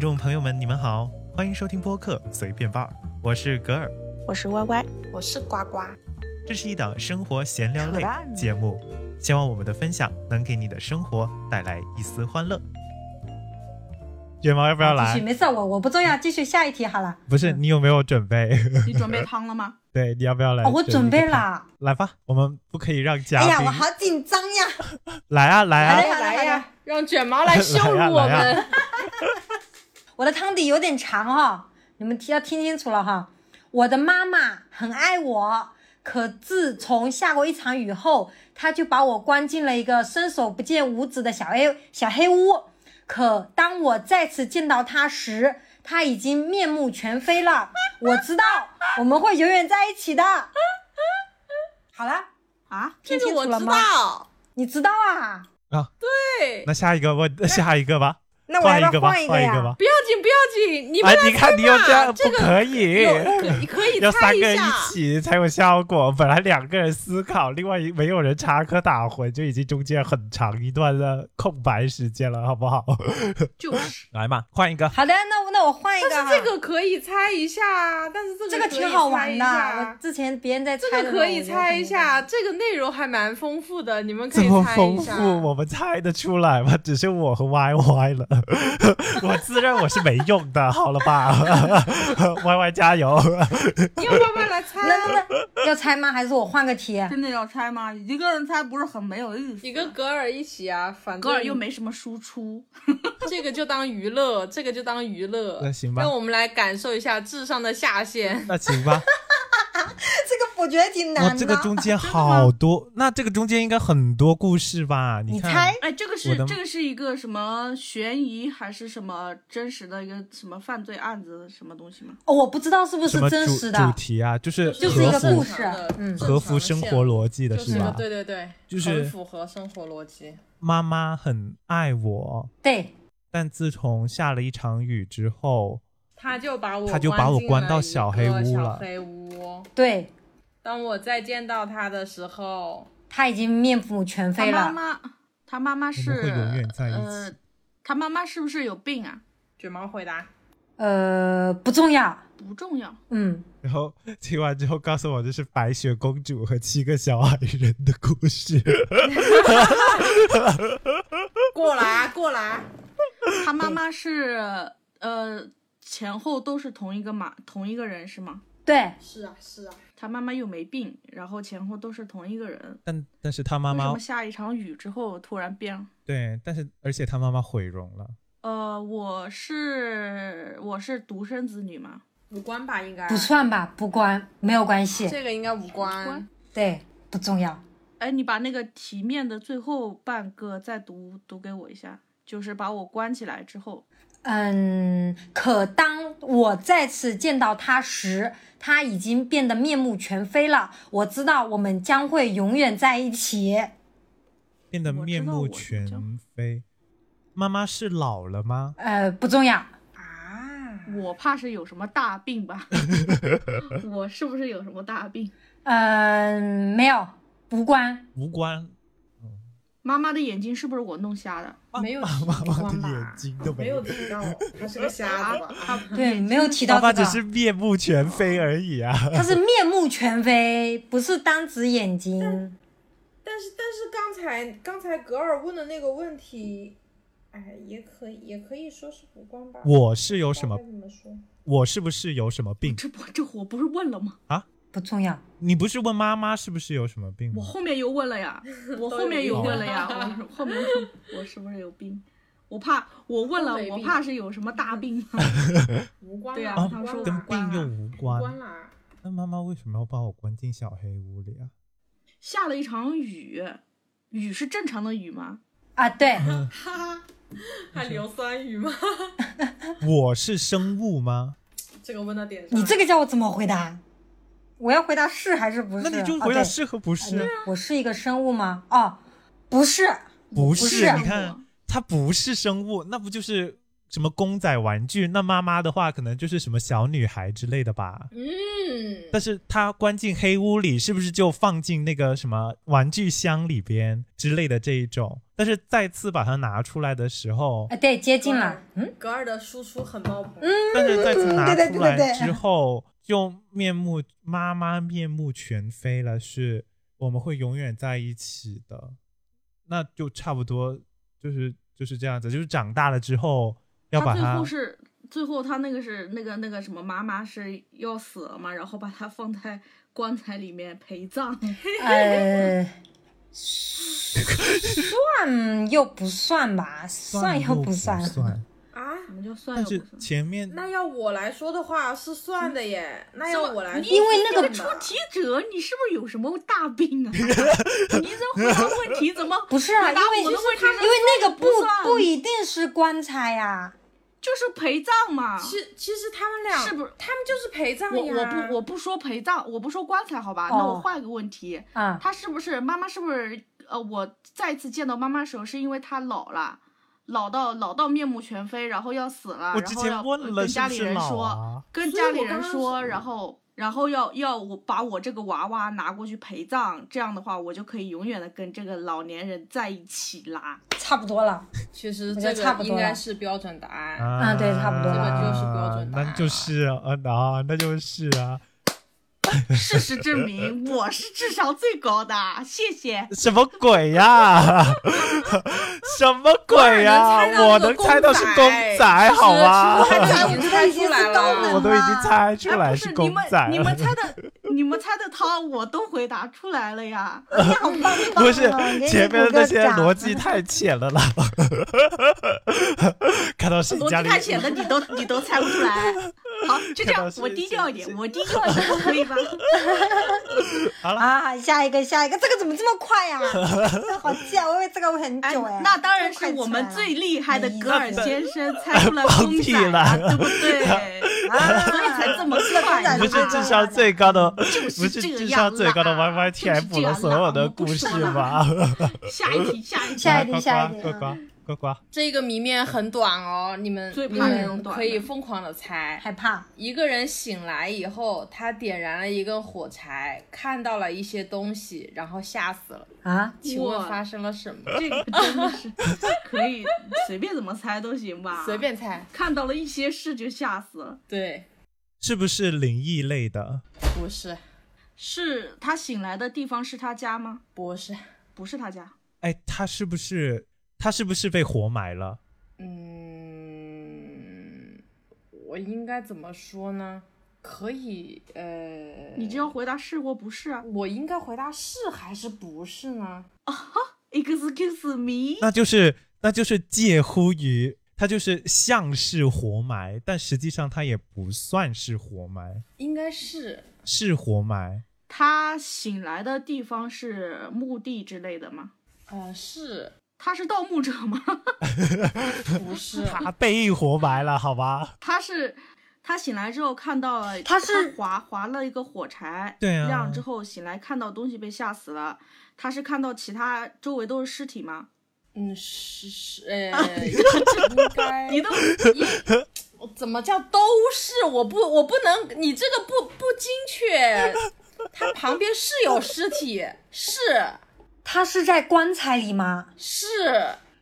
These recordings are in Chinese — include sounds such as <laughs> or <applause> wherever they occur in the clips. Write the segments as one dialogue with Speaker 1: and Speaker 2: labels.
Speaker 1: 众朋友们，你们好，欢迎收听播客随便伴儿，我是格尔，
Speaker 2: 我是歪歪，
Speaker 3: 我是呱呱。
Speaker 1: 这是一档生活闲聊
Speaker 2: 扯
Speaker 1: 类
Speaker 2: 淡
Speaker 1: 节目，希望我们的分享能给你的生活带来一丝欢乐。卷毛要不要
Speaker 4: 啊继续，
Speaker 1: 来？
Speaker 4: 没事，我我不重要，继续下一题好了。
Speaker 1: 不是，你有没有准备？
Speaker 3: 你准备汤了吗？
Speaker 1: <laughs> 对，你要不要来？
Speaker 4: 哦，我准备，啦。
Speaker 1: 来吧，我们不可以让嘉
Speaker 4: 哎
Speaker 1: 宾、
Speaker 4: 呀，我好紧张呀！
Speaker 1: 来啊来
Speaker 4: 好
Speaker 1: 啊
Speaker 4: 嘞，好嘞好嘞，
Speaker 3: 让卷毛来羞辱
Speaker 1: <laughs>
Speaker 3: 我
Speaker 1: 来啊呀
Speaker 3: 们。
Speaker 4: 我的汤底有点长哈、你们要听清楚了哈。我的妈妈很爱我，可自从下过一场雨后，她就把我关进了一个伸手不见五指的小黑小黑屋。可当我再次见到她时，她已经面目全非了。我知道我们会永远在一起的。好了，
Speaker 3: 啊，
Speaker 4: 听
Speaker 3: 这
Speaker 4: 清
Speaker 3: 个
Speaker 4: 楚
Speaker 3: 我
Speaker 4: 了
Speaker 3: 知
Speaker 4: 吗
Speaker 3: 道。
Speaker 4: 你知道啊？
Speaker 3: 对，
Speaker 1: 那下一个我下一个吧，
Speaker 4: 那我
Speaker 1: 换
Speaker 4: 要
Speaker 1: 一
Speaker 4: 不
Speaker 1: 个
Speaker 4: 要
Speaker 1: 吧，
Speaker 4: 换一
Speaker 1: 换一
Speaker 4: 呀？
Speaker 1: 吧。
Speaker 3: 不要紧，不要紧，你们
Speaker 1: 哎，
Speaker 3: 来
Speaker 1: 你看你又这样，
Speaker 3: 这
Speaker 1: 不
Speaker 3: 个
Speaker 1: 可以。
Speaker 3: 有你可以
Speaker 1: 要
Speaker 3: 猜
Speaker 1: 三
Speaker 3: 一
Speaker 1: 个人
Speaker 3: 下
Speaker 1: 一。起才有效果。本来两个人思考，另外一没有人插科打诨，就已经中间很长一段的空白时间了，好不好？
Speaker 3: 就是，
Speaker 1: <laughs> 来嘛，换一个。
Speaker 4: 好的，那我那我换一个
Speaker 3: 但
Speaker 4: 哈。
Speaker 3: 是这个可以猜一下，但是这个
Speaker 4: 这
Speaker 3: 这
Speaker 4: 个挺好玩的，我
Speaker 3: 的。
Speaker 4: 之前别人在
Speaker 3: 这
Speaker 4: 猜的
Speaker 3: 个
Speaker 4: 时候
Speaker 3: 可以
Speaker 4: 我就
Speaker 3: 猜一
Speaker 4: 听
Speaker 3: 下，啊这个内容还蛮丰富的，你们可
Speaker 1: 这
Speaker 3: 以
Speaker 1: 么
Speaker 3: 猜
Speaker 1: 丰
Speaker 3: 一下。
Speaker 1: 富，我们猜得出来吗？只是我和 Y Y 了， <laughs> 我自认我是没用的，好了吧 <laughs> ？Y Y 加油！
Speaker 3: 你要慢慢来猜
Speaker 4: 过。，那那那要猜吗？还是我换个题？哦
Speaker 5: 真的要猜吗？一个人猜不是很没有意思。
Speaker 3: 你跟格尔一起啊，反
Speaker 5: 格尔又
Speaker 3: 正
Speaker 5: 没什么输出，
Speaker 3: 这个就当娱乐，这个就当娱乐。
Speaker 1: 那行吧
Speaker 3: 让我们来感受一下智商的下限。
Speaker 1: 那行吧，
Speaker 4: <laughs> 这个我觉得挺
Speaker 1: 我
Speaker 4: 难的。
Speaker 1: 这个中间好多，那这个中间应该很多故事吧？
Speaker 4: 你
Speaker 1: 看，
Speaker 4: 猜
Speaker 5: 哎，这个
Speaker 1: 我
Speaker 5: 是
Speaker 1: 的
Speaker 5: 这个是一个什么悬疑还是什么真实的一个什么犯罪案子什么东西吗？
Speaker 4: 哦，我不知道是不
Speaker 1: 什
Speaker 4: 是
Speaker 1: 么主
Speaker 4: 真实
Speaker 1: 主
Speaker 4: 的，
Speaker 1: 题啊？就是
Speaker 4: 就是一
Speaker 1: 合
Speaker 4: 个
Speaker 1: 乎
Speaker 4: 故事嗯
Speaker 1: 合乎生活逻辑的
Speaker 3: 就是
Speaker 1: 是吧？
Speaker 3: 对对对，
Speaker 1: 就是
Speaker 3: 很符合生活逻辑。
Speaker 1: 妈妈很爱我，
Speaker 4: 对，
Speaker 1: 但自从下了一场雨之后，
Speaker 3: 他就把我
Speaker 1: 他就把我关
Speaker 3: 进
Speaker 1: 到
Speaker 3: 了一
Speaker 1: 小
Speaker 3: 个
Speaker 1: 黑屋
Speaker 3: 小
Speaker 1: 了
Speaker 3: 黑屋。
Speaker 4: 对，
Speaker 3: 当我再见到他的时候，
Speaker 4: 他已经面目全
Speaker 5: 他
Speaker 4: 非
Speaker 5: 妈
Speaker 4: 了。
Speaker 5: 妈，他妈妈
Speaker 1: 我们会
Speaker 5: 是
Speaker 1: 永远在一起
Speaker 5: 呃，他妈妈是不是有病啊？
Speaker 3: 卷毛回答，
Speaker 4: 呃，不重要，
Speaker 5: 不重要，
Speaker 4: 嗯，
Speaker 1: 然后听完之后告诉我这是白雪公主和七个小矮人的故
Speaker 4: <laughs>
Speaker 1: 事。
Speaker 3: 过来啊过来啊，
Speaker 5: 他妈妈是呃前后都是同一个马同一个人是吗？
Speaker 4: 对，
Speaker 3: 是啊是啊，
Speaker 5: 他妈妈又没病，然后前后都是同一个人。
Speaker 1: 但但是他妈
Speaker 5: 为什
Speaker 1: 妈
Speaker 5: 么下一场雨之后突然变？
Speaker 1: 对，但是而且他妈妈毁容了，
Speaker 5: 呃，我是我是独生子女嘛，
Speaker 3: 无关吧应该
Speaker 4: 不算吧，不关，没有关系，
Speaker 3: 这个应该无
Speaker 5: 无
Speaker 3: 关
Speaker 5: 关。
Speaker 4: 对，不重要。
Speaker 5: 哎，你把那个题面的最后半个再读读给我一下，就是把我关起来之后，
Speaker 4: 嗯，可当我再次见到他时，他已经变得面目全非了。我知道我们将会永远在一起。
Speaker 1: 变得
Speaker 5: 我知道
Speaker 1: 面目
Speaker 5: 我就
Speaker 1: 全非。妈妈是老了吗？
Speaker 4: 呃，不重要。
Speaker 3: 啊，
Speaker 5: 我怕是有什么大病吧？ <laughs> 我是不是有什么大病？
Speaker 4: 嗯，没有，无关。
Speaker 1: 无关，
Speaker 5: 妈妈的眼睛是不是我弄瞎的？
Speaker 3: 没有
Speaker 1: 妈
Speaker 3: 提
Speaker 1: 妈妈
Speaker 3: 关
Speaker 1: 的
Speaker 3: 吧啊
Speaker 1: 眼睛都
Speaker 3: 啊没
Speaker 1: 没
Speaker 3: 有提到，他是个瞎子 <laughs> 吧？
Speaker 4: 对，
Speaker 5: 嗯
Speaker 4: 没有提到
Speaker 1: 妈妈
Speaker 4: 这
Speaker 1: 只是
Speaker 4: 个，
Speaker 1: 面目全非而已啊。
Speaker 4: <laughs> 他是面目全非，不是单指眼睛。
Speaker 3: 但是但是刚才刚才格尔问的那个问题，哎，也可以也可以说是无关吧。
Speaker 1: 我是有什么
Speaker 3: 该？怎么说？
Speaker 1: 我是不是有什么病？
Speaker 5: 这不这我不是问了吗？
Speaker 4: 不重要，
Speaker 1: 你不是问妈妈是不是有什么病
Speaker 5: 我
Speaker 1: 吗？
Speaker 5: 后面又问了
Speaker 3: <laughs>
Speaker 5: 呀，我
Speaker 3: 都
Speaker 5: 后面
Speaker 3: 有
Speaker 5: 又
Speaker 1: 病
Speaker 5: 问了呀，我是后面问我是不是有病？我怕我问了
Speaker 3: 都没，
Speaker 5: 我
Speaker 3: 病
Speaker 5: 怕是有什么大病吗？
Speaker 3: <laughs> 无关
Speaker 5: 对
Speaker 3: 啦
Speaker 5: 啊
Speaker 3: 无
Speaker 5: 他
Speaker 3: 关
Speaker 5: 说
Speaker 3: 啦
Speaker 5: 我
Speaker 1: 跟
Speaker 5: 关
Speaker 1: 病
Speaker 5: 啊
Speaker 1: 又无
Speaker 3: 无
Speaker 1: 关。
Speaker 3: 关啦。
Speaker 1: 那妈妈为什么要把我关进小黑屋里啊？
Speaker 5: 下了一场雨，雨是正常的雨吗？
Speaker 4: 啊，对，
Speaker 1: 嗯
Speaker 3: 哈哈，还硫酸雨吗？
Speaker 1: 我是生物吗？
Speaker 3: 这个问到点上。
Speaker 4: 你这个叫我怎么回答？我要回答是还是不是？
Speaker 1: 那你就回答
Speaker 4: 哦
Speaker 1: 是和不
Speaker 4: 对
Speaker 1: 是啊。
Speaker 4: 我是一个生物吗？哦，不是，
Speaker 1: 不
Speaker 4: 不
Speaker 1: 是，
Speaker 4: 是
Speaker 1: 你看它不是生物，那不就是什么公仔玩具，那妈妈的话可能就是什么小女孩之类的吧。
Speaker 3: 嗯，
Speaker 1: 但是她关进黑屋里，是不是就放进那个什么玩具箱里边之类的这一种？但是再次把它拿出来的时候，
Speaker 4: 啊，对，接近了，嗯，
Speaker 3: 格尔的输出很爆棚。
Speaker 1: 但是再次拿
Speaker 4: 对对
Speaker 1: 出
Speaker 4: 对对
Speaker 1: 来
Speaker 4: 对
Speaker 1: 之后，就面目妈妈面目全非了，是我们会永远在一起的，那就差不多就是就是这样子，就是长大了之后要
Speaker 5: 他
Speaker 1: 把
Speaker 5: 最
Speaker 1: 它
Speaker 5: 后是最后他那个是那个那个什么妈妈是要死了嘛，然后把他放在棺材里面陪葬。
Speaker 4: 呃，算又不算吧，算又
Speaker 1: 不
Speaker 4: 不算，
Speaker 1: 算，
Speaker 3: 啊，
Speaker 5: 什么叫算
Speaker 1: 但
Speaker 5: 又
Speaker 1: 是
Speaker 5: 不算？
Speaker 1: 前面
Speaker 3: 那要我来说的话是算的耶。那要我来说是
Speaker 4: 哎因为那
Speaker 5: 这
Speaker 4: 个
Speaker 5: 个
Speaker 3: 算
Speaker 5: 出
Speaker 3: 的
Speaker 5: 题者，你是不是有什么大病啊？ <laughs> 你这回答问题怎么
Speaker 4: <laughs> 不是啊，
Speaker 5: 回
Speaker 4: 因
Speaker 5: 答
Speaker 4: 为
Speaker 5: 我的问题是
Speaker 4: 因为那个不
Speaker 5: 不算
Speaker 4: 不一定是棺材呀、
Speaker 5: 就是陪葬嘛？
Speaker 3: 其其实他们俩
Speaker 5: 是不是
Speaker 3: 他们就是陪葬
Speaker 5: 我
Speaker 3: 呀。
Speaker 5: 我不我不说陪葬，我不说棺材好吧？那
Speaker 4: 哦
Speaker 5: 我换个问题，
Speaker 4: 啊，
Speaker 5: 他是不是妈妈？是不是呃，我再次见到妈妈的时候，是因为她老了，老到老到面目全非，然后要死了，
Speaker 1: 我
Speaker 5: 然
Speaker 1: 之
Speaker 5: 后要呃
Speaker 1: 前问
Speaker 5: 跟
Speaker 1: 了是
Speaker 5: 家
Speaker 1: 不
Speaker 5: 里
Speaker 1: 是
Speaker 5: 人
Speaker 1: 老
Speaker 5: 说，
Speaker 1: 啊？
Speaker 5: 跟
Speaker 3: 所以
Speaker 5: 家
Speaker 3: 我
Speaker 5: 里
Speaker 3: 刚
Speaker 5: 人
Speaker 3: 刚
Speaker 5: 说，
Speaker 3: 说
Speaker 5: 然后然后要要我把我这个娃娃拿过去陪葬，这样的话我就可以永远的跟这个老年人在一起啦。
Speaker 1: <laughs>
Speaker 4: 差不多 <laughs> 了。
Speaker 3: 其实
Speaker 4: 我觉得
Speaker 3: 这
Speaker 4: 差不
Speaker 3: 个
Speaker 4: 多
Speaker 3: 应
Speaker 4: 了
Speaker 3: 该是标准答案。
Speaker 4: 啊对差不多了
Speaker 3: 这个就是标准答案
Speaker 1: 那就是啊，啊，那就是啊，
Speaker 5: 事实证明，我是智商最高的，谢谢。
Speaker 1: 什么鬼呀？什么鬼呀？我能猜到是公仔，好吗？
Speaker 3: 他
Speaker 4: 哎
Speaker 3: 就
Speaker 4: 我觉
Speaker 3: 已经
Speaker 4: 得
Speaker 3: 猜
Speaker 4: 已
Speaker 3: 出
Speaker 4: 经
Speaker 3: 来
Speaker 4: 是高能
Speaker 1: 我
Speaker 3: 了。
Speaker 1: 都已经猜 <laughs> 出
Speaker 5: 哎，
Speaker 1: 来
Speaker 5: 不是你
Speaker 1: 公
Speaker 5: 们
Speaker 1: 仔
Speaker 5: 你们
Speaker 1: <laughs> 了。
Speaker 5: 猜的，你们猜的汤我都回答出来了呀。
Speaker 4: 哎呀，好棒棒哦！
Speaker 1: 不是
Speaker 4: 给你
Speaker 1: 前面的
Speaker 4: 鼓
Speaker 1: 那
Speaker 4: 个
Speaker 1: 些
Speaker 4: 掌
Speaker 1: 逻辑太
Speaker 5: <laughs>
Speaker 1: 浅了啦， <laughs> 看到
Speaker 5: <laughs>
Speaker 1: 谁
Speaker 5: 逻
Speaker 1: 家
Speaker 5: 辑
Speaker 1: 里
Speaker 5: 太浅的你
Speaker 1: <laughs>
Speaker 5: 都你都猜不出来。好，就这
Speaker 1: 看到
Speaker 5: 样，
Speaker 1: 是
Speaker 5: 我低调一
Speaker 1: 是
Speaker 5: 点，我低调一点，可以吧？
Speaker 4: 啊！下一个，下一个，这个怎么这么快呀、这个好贱，我以为这个会很
Speaker 5: 哎
Speaker 4: 久哎。，
Speaker 5: 那当然是我们最厉害的格尔先生猜出了
Speaker 1: 放
Speaker 5: 公
Speaker 1: 屁
Speaker 5: 仔啊
Speaker 1: 了
Speaker 5: 对
Speaker 1: <laughs>
Speaker 5: 不对？
Speaker 4: 啊，
Speaker 5: 所以才这么快
Speaker 4: 快。
Speaker 1: 不
Speaker 5: <laughs>
Speaker 1: 是智商最高的，不是
Speaker 5: 这样
Speaker 1: 智商最高的
Speaker 5: 啦
Speaker 1: YYTF
Speaker 5: 就是这样
Speaker 1: 了
Speaker 5: 啦
Speaker 1: 所有的故事 <laughs> 吗？
Speaker 5: 下一题， <laughs> 下一题。啊
Speaker 4: 下一题
Speaker 1: 来
Speaker 4: 下一题
Speaker 1: 呱呱呱呱呱呱，
Speaker 3: 这个谜面很短哦，你们
Speaker 5: 最
Speaker 3: 你
Speaker 5: 怕这
Speaker 3: 们
Speaker 5: 种短的
Speaker 3: 可以疯狂的猜。
Speaker 4: 害怕。
Speaker 3: 一个人醒来以后，他点燃了一根火柴，看到了一些东西，然后吓死了。
Speaker 4: 啊，
Speaker 3: 请问
Speaker 5: 哇
Speaker 3: 发生了什么？
Speaker 5: 这个真的是可以随便怎么猜都行吧？
Speaker 3: <laughs> 随便猜。
Speaker 5: 看到了一些事就吓死了。
Speaker 3: 对，
Speaker 1: 是不是灵异类的？
Speaker 3: 不是，
Speaker 5: 是他醒来的地方是他家吗？
Speaker 3: 不是，
Speaker 5: 不是他家，
Speaker 1: 哎，他是不是他是不是被活埋了？
Speaker 3: 嗯，我应该怎么说呢？可以，呃，
Speaker 5: 你就要回答是或不是啊。
Speaker 3: 我应该回答是还是不是呢？
Speaker 5: Excuse me，
Speaker 1: 那就是那就是介乎于他就是像是活埋，但实际上他也不算是活埋，
Speaker 3: 应该是，
Speaker 1: 是活埋。
Speaker 5: 他醒来的地方是墓地之类的吗？
Speaker 3: 呃，是
Speaker 5: 他是盗墓者吗？ <laughs>
Speaker 3: 不 <laughs> 是？
Speaker 1: 他啊被活埋了，好吧？ <laughs>
Speaker 5: 他是他醒来之后看到了，
Speaker 4: 他是
Speaker 5: 划划了一个火柴，
Speaker 1: 对啊
Speaker 5: 亮之后醒来看到东西被吓死了。他是看到其他周围都是尸体吗？
Speaker 3: 嗯，是是， <laughs> 呃，应该，
Speaker 5: 你都
Speaker 3: 应怎么叫都是？我不，我不能，你这个不不精确。它旁边是有尸体，是
Speaker 4: 他是在棺材里吗？
Speaker 3: 是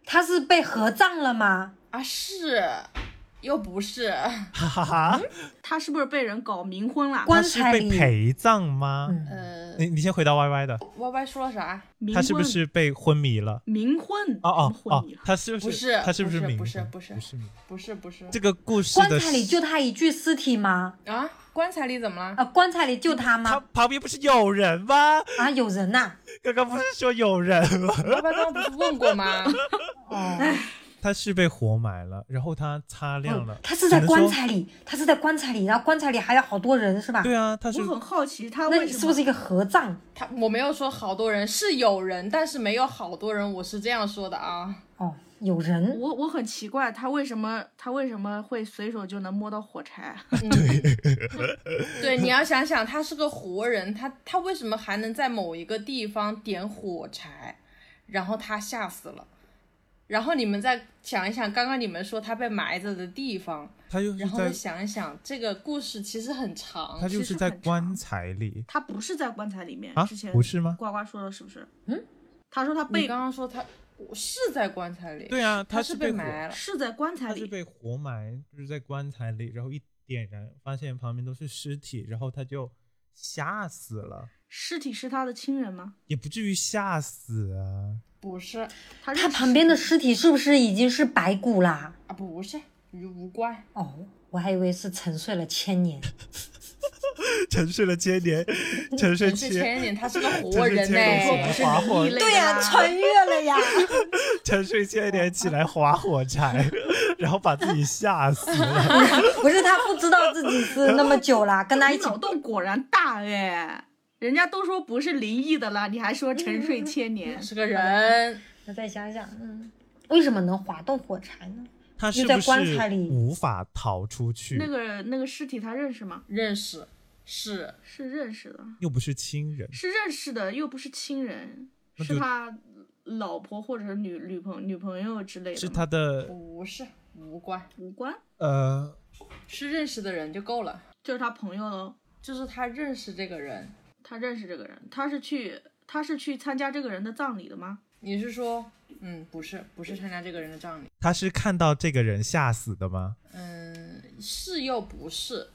Speaker 4: 他是被合葬了吗？
Speaker 3: 啊是，又不是，
Speaker 1: 哈哈哈，
Speaker 5: 他是不是被人搞冥婚了？
Speaker 1: 他
Speaker 4: 棺
Speaker 1: 是
Speaker 4: 材
Speaker 1: 被
Speaker 4: 里，
Speaker 1: 陪葬吗？
Speaker 3: 呃，
Speaker 1: 你你先回答 Y Y 的，
Speaker 3: 歪歪说了啥？
Speaker 5: 冥婚
Speaker 1: 他是不是被昏迷了？
Speaker 5: 冥婚？
Speaker 1: 哦哦
Speaker 5: 什么
Speaker 1: 哦
Speaker 5: 婚礼啊，
Speaker 1: 他是不
Speaker 3: 不
Speaker 1: 是
Speaker 3: 是
Speaker 1: 他是不
Speaker 3: 不是
Speaker 1: 冥
Speaker 3: 不是
Speaker 1: 婚
Speaker 3: 不是
Speaker 1: 不是冥
Speaker 3: 不是不是
Speaker 1: 这个故事
Speaker 4: 棺
Speaker 1: 的
Speaker 4: 材里就他一具尸体吗？
Speaker 3: 啊，棺材里怎么了？ <laughs>
Speaker 4: 啊，棺材里就他
Speaker 1: 他
Speaker 4: 吗？
Speaker 1: 旁边不是有人吗？
Speaker 4: 啊，有人呐、
Speaker 1: 刚刚不是说有人吗？
Speaker 3: 歪歪刚刚不是问过吗？
Speaker 4: 哦，
Speaker 1: 他是被活埋了，然后他擦亮了，
Speaker 4: 哦他是在
Speaker 1: 只能说
Speaker 4: 棺材里，他是在棺材里，然后棺材里还有好多人是吧？
Speaker 1: 对啊，他是
Speaker 5: 我很好奇他
Speaker 4: 那
Speaker 5: 为
Speaker 4: 你
Speaker 5: 什么
Speaker 4: 是不是一个合葬？
Speaker 3: 他我没有说好多人，是有人，但是没有好多人，我是这样说的啊。
Speaker 4: 哦，有人，
Speaker 5: 我我很奇怪，他为什么他为什么会随手就能摸到火柴？啊
Speaker 3: 对，你要想想，他是个活人，他他为什么还能在某一个地方点火柴，然后他吓死了？然后你们再想一想，刚刚你们说他被埋着的地方，
Speaker 1: 他就是
Speaker 3: 然后再
Speaker 1: 在
Speaker 3: 想一想，这个故事其实很长。
Speaker 1: 他就是
Speaker 5: 其实
Speaker 1: 在
Speaker 5: 很
Speaker 1: 棺
Speaker 5: 长
Speaker 1: 材里
Speaker 5: 他不是在棺材里面，
Speaker 1: 啊
Speaker 5: 之前，
Speaker 1: 不是吗？
Speaker 5: 呱呱说了是不是？
Speaker 3: 嗯，
Speaker 5: 他说他
Speaker 3: 你
Speaker 5: 被
Speaker 3: 刚刚说他我是在棺材里，
Speaker 1: 对啊，
Speaker 3: 他
Speaker 1: 是
Speaker 3: 被
Speaker 1: 火
Speaker 3: 埋了，
Speaker 5: 是在棺材
Speaker 1: 他是
Speaker 5: 里，
Speaker 1: 被活埋，就是在棺材里，然后一点燃，发现旁边都是尸体，然后他就吓死了，
Speaker 5: 尸体是他的亲人吗？
Speaker 1: 也不至于吓死啊。
Speaker 3: 不是
Speaker 5: 他
Speaker 4: 他
Speaker 5: 他
Speaker 4: 旁边的尸体是不是已经是白骨啦？
Speaker 3: 啊，不是与无关。
Speaker 4: 哦，我还以为是沉睡了千年。
Speaker 1: 沉睡了千年，沉睡
Speaker 3: 人是
Speaker 1: 千，
Speaker 3: 千年，他是个活
Speaker 1: 沉睡
Speaker 3: 人
Speaker 1: 千
Speaker 3: 呢、
Speaker 1: 年起来划火
Speaker 5: 类，的
Speaker 4: 对呀、
Speaker 5: 啦
Speaker 4: 穿越了呀！
Speaker 1: 沉睡千年起来划火柴，然后把自己吓死了。
Speaker 4: <laughs> 不是他不知道自己是那么久啦，跟他
Speaker 5: 你
Speaker 4: 一起
Speaker 5: 脑洞果然大哎！人家都说不是灵异的了，你还说沉睡千年？
Speaker 3: 是个人，
Speaker 4: 我再想想，嗯，为什么能滑动火柴呢？
Speaker 1: 他是
Speaker 4: 在
Speaker 1: 不
Speaker 4: 棺材里
Speaker 1: 是无法逃出去？
Speaker 5: 那个那个尸体他认识吗？
Speaker 3: 认识是
Speaker 5: 是认识的，
Speaker 1: 又不是亲人，
Speaker 5: 是认识的，又不是亲人，
Speaker 1: 那
Speaker 5: 是
Speaker 1: 就
Speaker 5: 他老婆或者是女女朋女朋友之类的吗，
Speaker 1: 是他的
Speaker 3: 不是无关，
Speaker 5: 无关，
Speaker 1: 呃，
Speaker 3: 是认识的人就够了。
Speaker 5: 就是他朋友喽。
Speaker 3: 就是他认识这个人，
Speaker 5: 他认识这个人，他是去他是去参加这个人的葬礼的吗？
Speaker 3: 你是说，嗯，不是，不是参加这个人的葬礼，
Speaker 1: 他是看到这个人吓死的吗？
Speaker 3: 嗯，是又不是，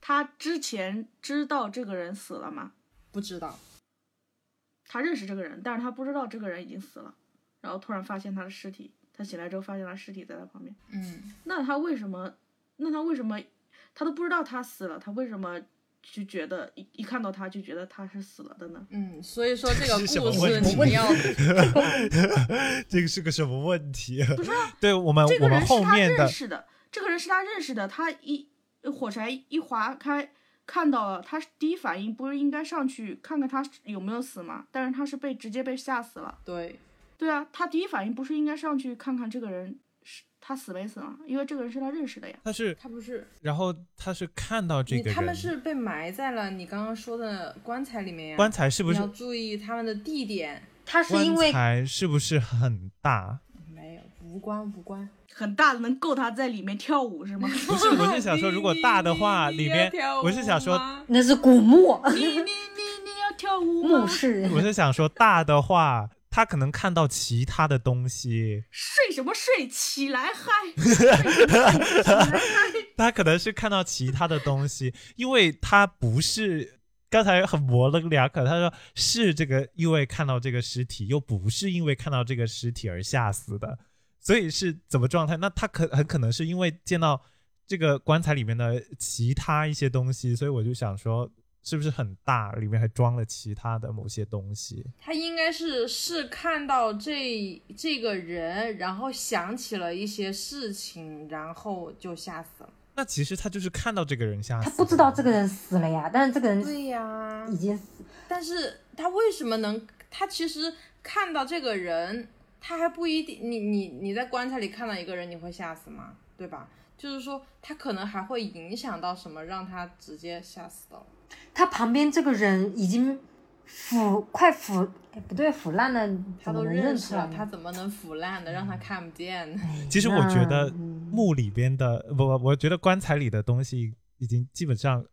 Speaker 5: 他之前知道这个人死了吗？
Speaker 3: 不知道，
Speaker 5: 他认识这个人，但是他不知道这个人已经死了，然后突然发现他的尸体，他醒来之后发现他尸体在他旁边，
Speaker 3: 嗯，
Speaker 5: 那他为什么？那他为什么？他都不知道他死了，他为什么就觉得一一看到他就觉得他是死了的呢？
Speaker 3: 嗯，所以说这个
Speaker 1: 是什
Speaker 3: 故
Speaker 1: 么
Speaker 3: 事
Speaker 1: 问题
Speaker 3: 你们要， <laughs>
Speaker 1: <laughs> 这个是个什么问题？不是、对我们
Speaker 5: 啊这
Speaker 1: 呃我
Speaker 5: 个
Speaker 1: 们
Speaker 5: 人是
Speaker 1: 后
Speaker 5: 他
Speaker 1: 面
Speaker 5: 认
Speaker 1: 的
Speaker 5: 识的，这个人是他认识的，他一呃火柴一划开。看到了，他第一反应不是应该上去看看他有没有死吗？但是他是被直接被吓死了。
Speaker 3: 对，
Speaker 5: 对啊，他第一反应不是应该上去看看这个人是他死没死吗？因为这个人是他认识的呀。
Speaker 1: 他是
Speaker 3: 他不是，
Speaker 1: 然后他是看到这
Speaker 3: 你
Speaker 1: 个人，
Speaker 3: 他们是被埋在了你刚刚说的棺材里面呀，
Speaker 1: 棺材是不
Speaker 3: 你
Speaker 1: 是
Speaker 3: 要注意他们的地点，
Speaker 4: 他是因
Speaker 1: 棺
Speaker 4: 为
Speaker 1: 材是不是很大？
Speaker 3: 没有，无关无关，
Speaker 5: 很大的能够他在里面跳舞是吗？
Speaker 1: 不是，我是想说，如果大的话，
Speaker 3: 你
Speaker 1: 里面
Speaker 3: 你要跳舞
Speaker 1: 我是想说，
Speaker 3: 吗
Speaker 4: 那是古墓
Speaker 5: <laughs> 你你你你要跳舞吗
Speaker 3: 啊
Speaker 4: 墓？室，
Speaker 1: 我是想说大的话，他可能看到其他的东西，
Speaker 5: 睡什么睡？起来嗨！睡什么睡起来嗨！
Speaker 1: 他可能是看到其他的东西，因为他不是。刚才很模棱两可，他说是这个，因为看到这个尸体，又不是因为看到这个尸体而吓死的，所以是怎么状态？那他可很可能是因为见到这个棺材里面的其他一些东西，所以我就想说，是不是很大，里面还装了其他的某些东西？
Speaker 3: 他应该是是看到这这个人，然后想起了一些事情，然后就吓死了。
Speaker 1: 那其实他就是看到这个人吓死，
Speaker 4: 他不知道这个。人死了呀，但是这个人
Speaker 3: 对呀、
Speaker 4: 已经死，
Speaker 3: <laughs> 但是他为什么能？他其实看到这个人，他还不一定。你你你在棺材里看到一个人，你会吓死吗？对吧？就是说，他可能还会影响到什么，让他直接吓死到。
Speaker 4: 他旁边这个人已经腐快腐，哎不对，腐烂了，
Speaker 3: 他
Speaker 4: 怎
Speaker 3: 都
Speaker 4: 么能
Speaker 3: 认
Speaker 4: 认
Speaker 3: 识
Speaker 4: 出来
Speaker 3: 了，
Speaker 4: 呢？
Speaker 3: 他怎么能腐烂的让他看不见呢？
Speaker 1: 其实我觉得
Speaker 4: 那嗯
Speaker 1: 墓里边的不，我觉得棺材里的东西已经基本上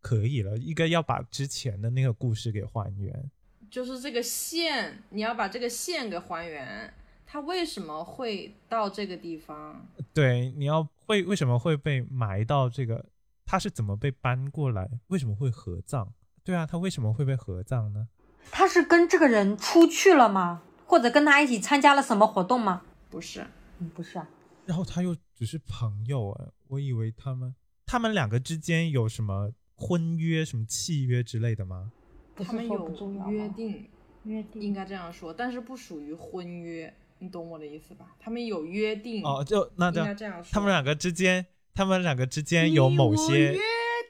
Speaker 1: 可以了，应该要把之前的那个故事给还原。
Speaker 3: 就是这个线，你要把这个线给还原，它为什么会到这个地方？
Speaker 1: 对，你要会为什么会被埋到这个？他是怎么被搬过来？为什么会合葬？对啊，他为什么会被合葬呢？
Speaker 4: 他是跟这个人出去了吗？或者跟他一起参加了什么活动吗？
Speaker 3: 不是，
Speaker 4: 嗯，不是啊，
Speaker 1: 然后他又只是朋友啊，我以为他们他们两个之间有什么婚约、什么契约之类的吗？
Speaker 4: 不
Speaker 3: 他
Speaker 4: 是
Speaker 3: 们
Speaker 4: 说
Speaker 3: 有
Speaker 4: 不重要吗
Speaker 3: 约定，
Speaker 4: 约
Speaker 3: 应
Speaker 4: 定，
Speaker 3: 该这样说，但是不属于婚约，你懂我的意思吧？他们有约定，
Speaker 1: 哦，就那
Speaker 3: 嗯应
Speaker 1: 就
Speaker 3: 该这样说。
Speaker 1: 他们两个之间，他们两个之间有某些
Speaker 5: 你我约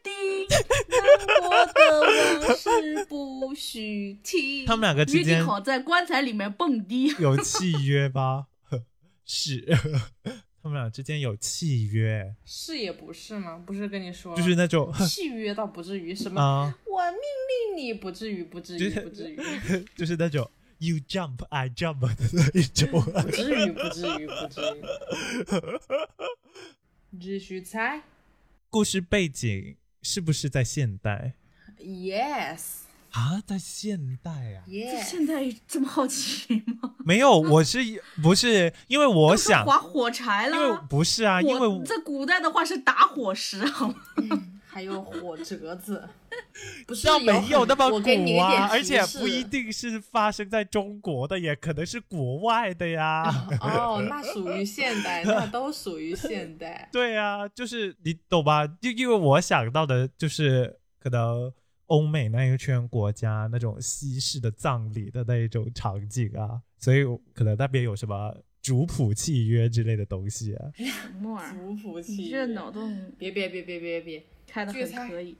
Speaker 5: 定，
Speaker 3: 我的往事不许提。
Speaker 1: 他们两个之
Speaker 5: 约
Speaker 1: 间
Speaker 5: 定好在棺材里面蹦迪。
Speaker 1: 有契约吧？是， <laughs> 他们俩之间有契约，
Speaker 3: 是也不是吗？不是跟你说了
Speaker 1: 就是那种
Speaker 3: 契约，倒不至于什么。
Speaker 1: 啊，
Speaker 3: 我命令你，不至于，不至
Speaker 1: 就
Speaker 3: 于，
Speaker 1: 是
Speaker 3: 不至于。
Speaker 1: 就是那种 you jump I jump 的那一种啊。
Speaker 3: <laughs> 不至于，不至于，不至
Speaker 1: <laughs>
Speaker 3: 于。继续猜
Speaker 1: 故事背景是不是在现代
Speaker 3: ，Yes，Yes，
Speaker 1: 啊？在现代啊？
Speaker 5: 这现在这么好奇吗？
Speaker 1: 没有，我是不是因为我想，
Speaker 5: 划火柴
Speaker 1: 因为
Speaker 5: 了。
Speaker 1: 不是啊，因为
Speaker 5: 火在古代的话是打火石，啊好吗？
Speaker 3: 还有火折 <laughs> 子，不是
Speaker 1: 倒没有
Speaker 3: 很
Speaker 1: 那么
Speaker 3: 我给你一
Speaker 1: 古
Speaker 3: 点
Speaker 1: 啊，
Speaker 3: 提
Speaker 1: 而且
Speaker 3: 示
Speaker 1: 不一定是发生在中国的，也可能是国外的
Speaker 3: <laughs>
Speaker 1: 呀。
Speaker 3: 哦，那属于现代，那都属于现 <laughs> 代。
Speaker 1: 对啊，就是你懂吧？就因为我想到的就是可能欧美那一圈国家那种西式的葬礼的那一种场景啊，所以我可能那边有什么族谱契约之类的东西啊。
Speaker 5: 什么玩意儿？
Speaker 3: 服不服
Speaker 5: 你
Speaker 3: 气？
Speaker 5: 这脑洞
Speaker 3: 别别别别别别，
Speaker 5: 开的
Speaker 3: 这才
Speaker 5: 很可以。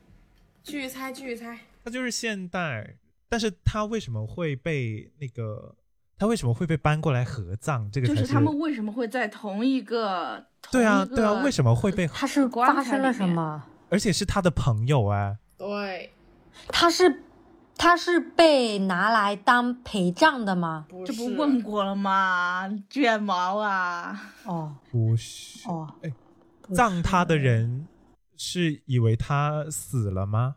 Speaker 3: 继续猜，继续猜。
Speaker 1: 它就是现代，但是它为什么会被那个？它为什么会被搬过来合葬？这个
Speaker 5: 就
Speaker 1: 才
Speaker 5: 是他们为什么会在同一个？
Speaker 1: 对啊，对啊，为
Speaker 5: 么？
Speaker 1: 什么会被？
Speaker 4: 他是
Speaker 5: 棺材
Speaker 4: 发生了
Speaker 5: 里
Speaker 4: 什
Speaker 5: 面
Speaker 4: 么？
Speaker 1: 而且是他的朋友哎，
Speaker 3: 对，
Speaker 4: 他是他是被拿来当陪葬的吗？
Speaker 3: 不
Speaker 5: 这
Speaker 3: 是
Speaker 5: 不问过了吗？卷毛啊！
Speaker 4: 哦
Speaker 1: 不是
Speaker 4: 哦，不
Speaker 1: 葬他的
Speaker 4: 是
Speaker 1: 人是以为他死了吗？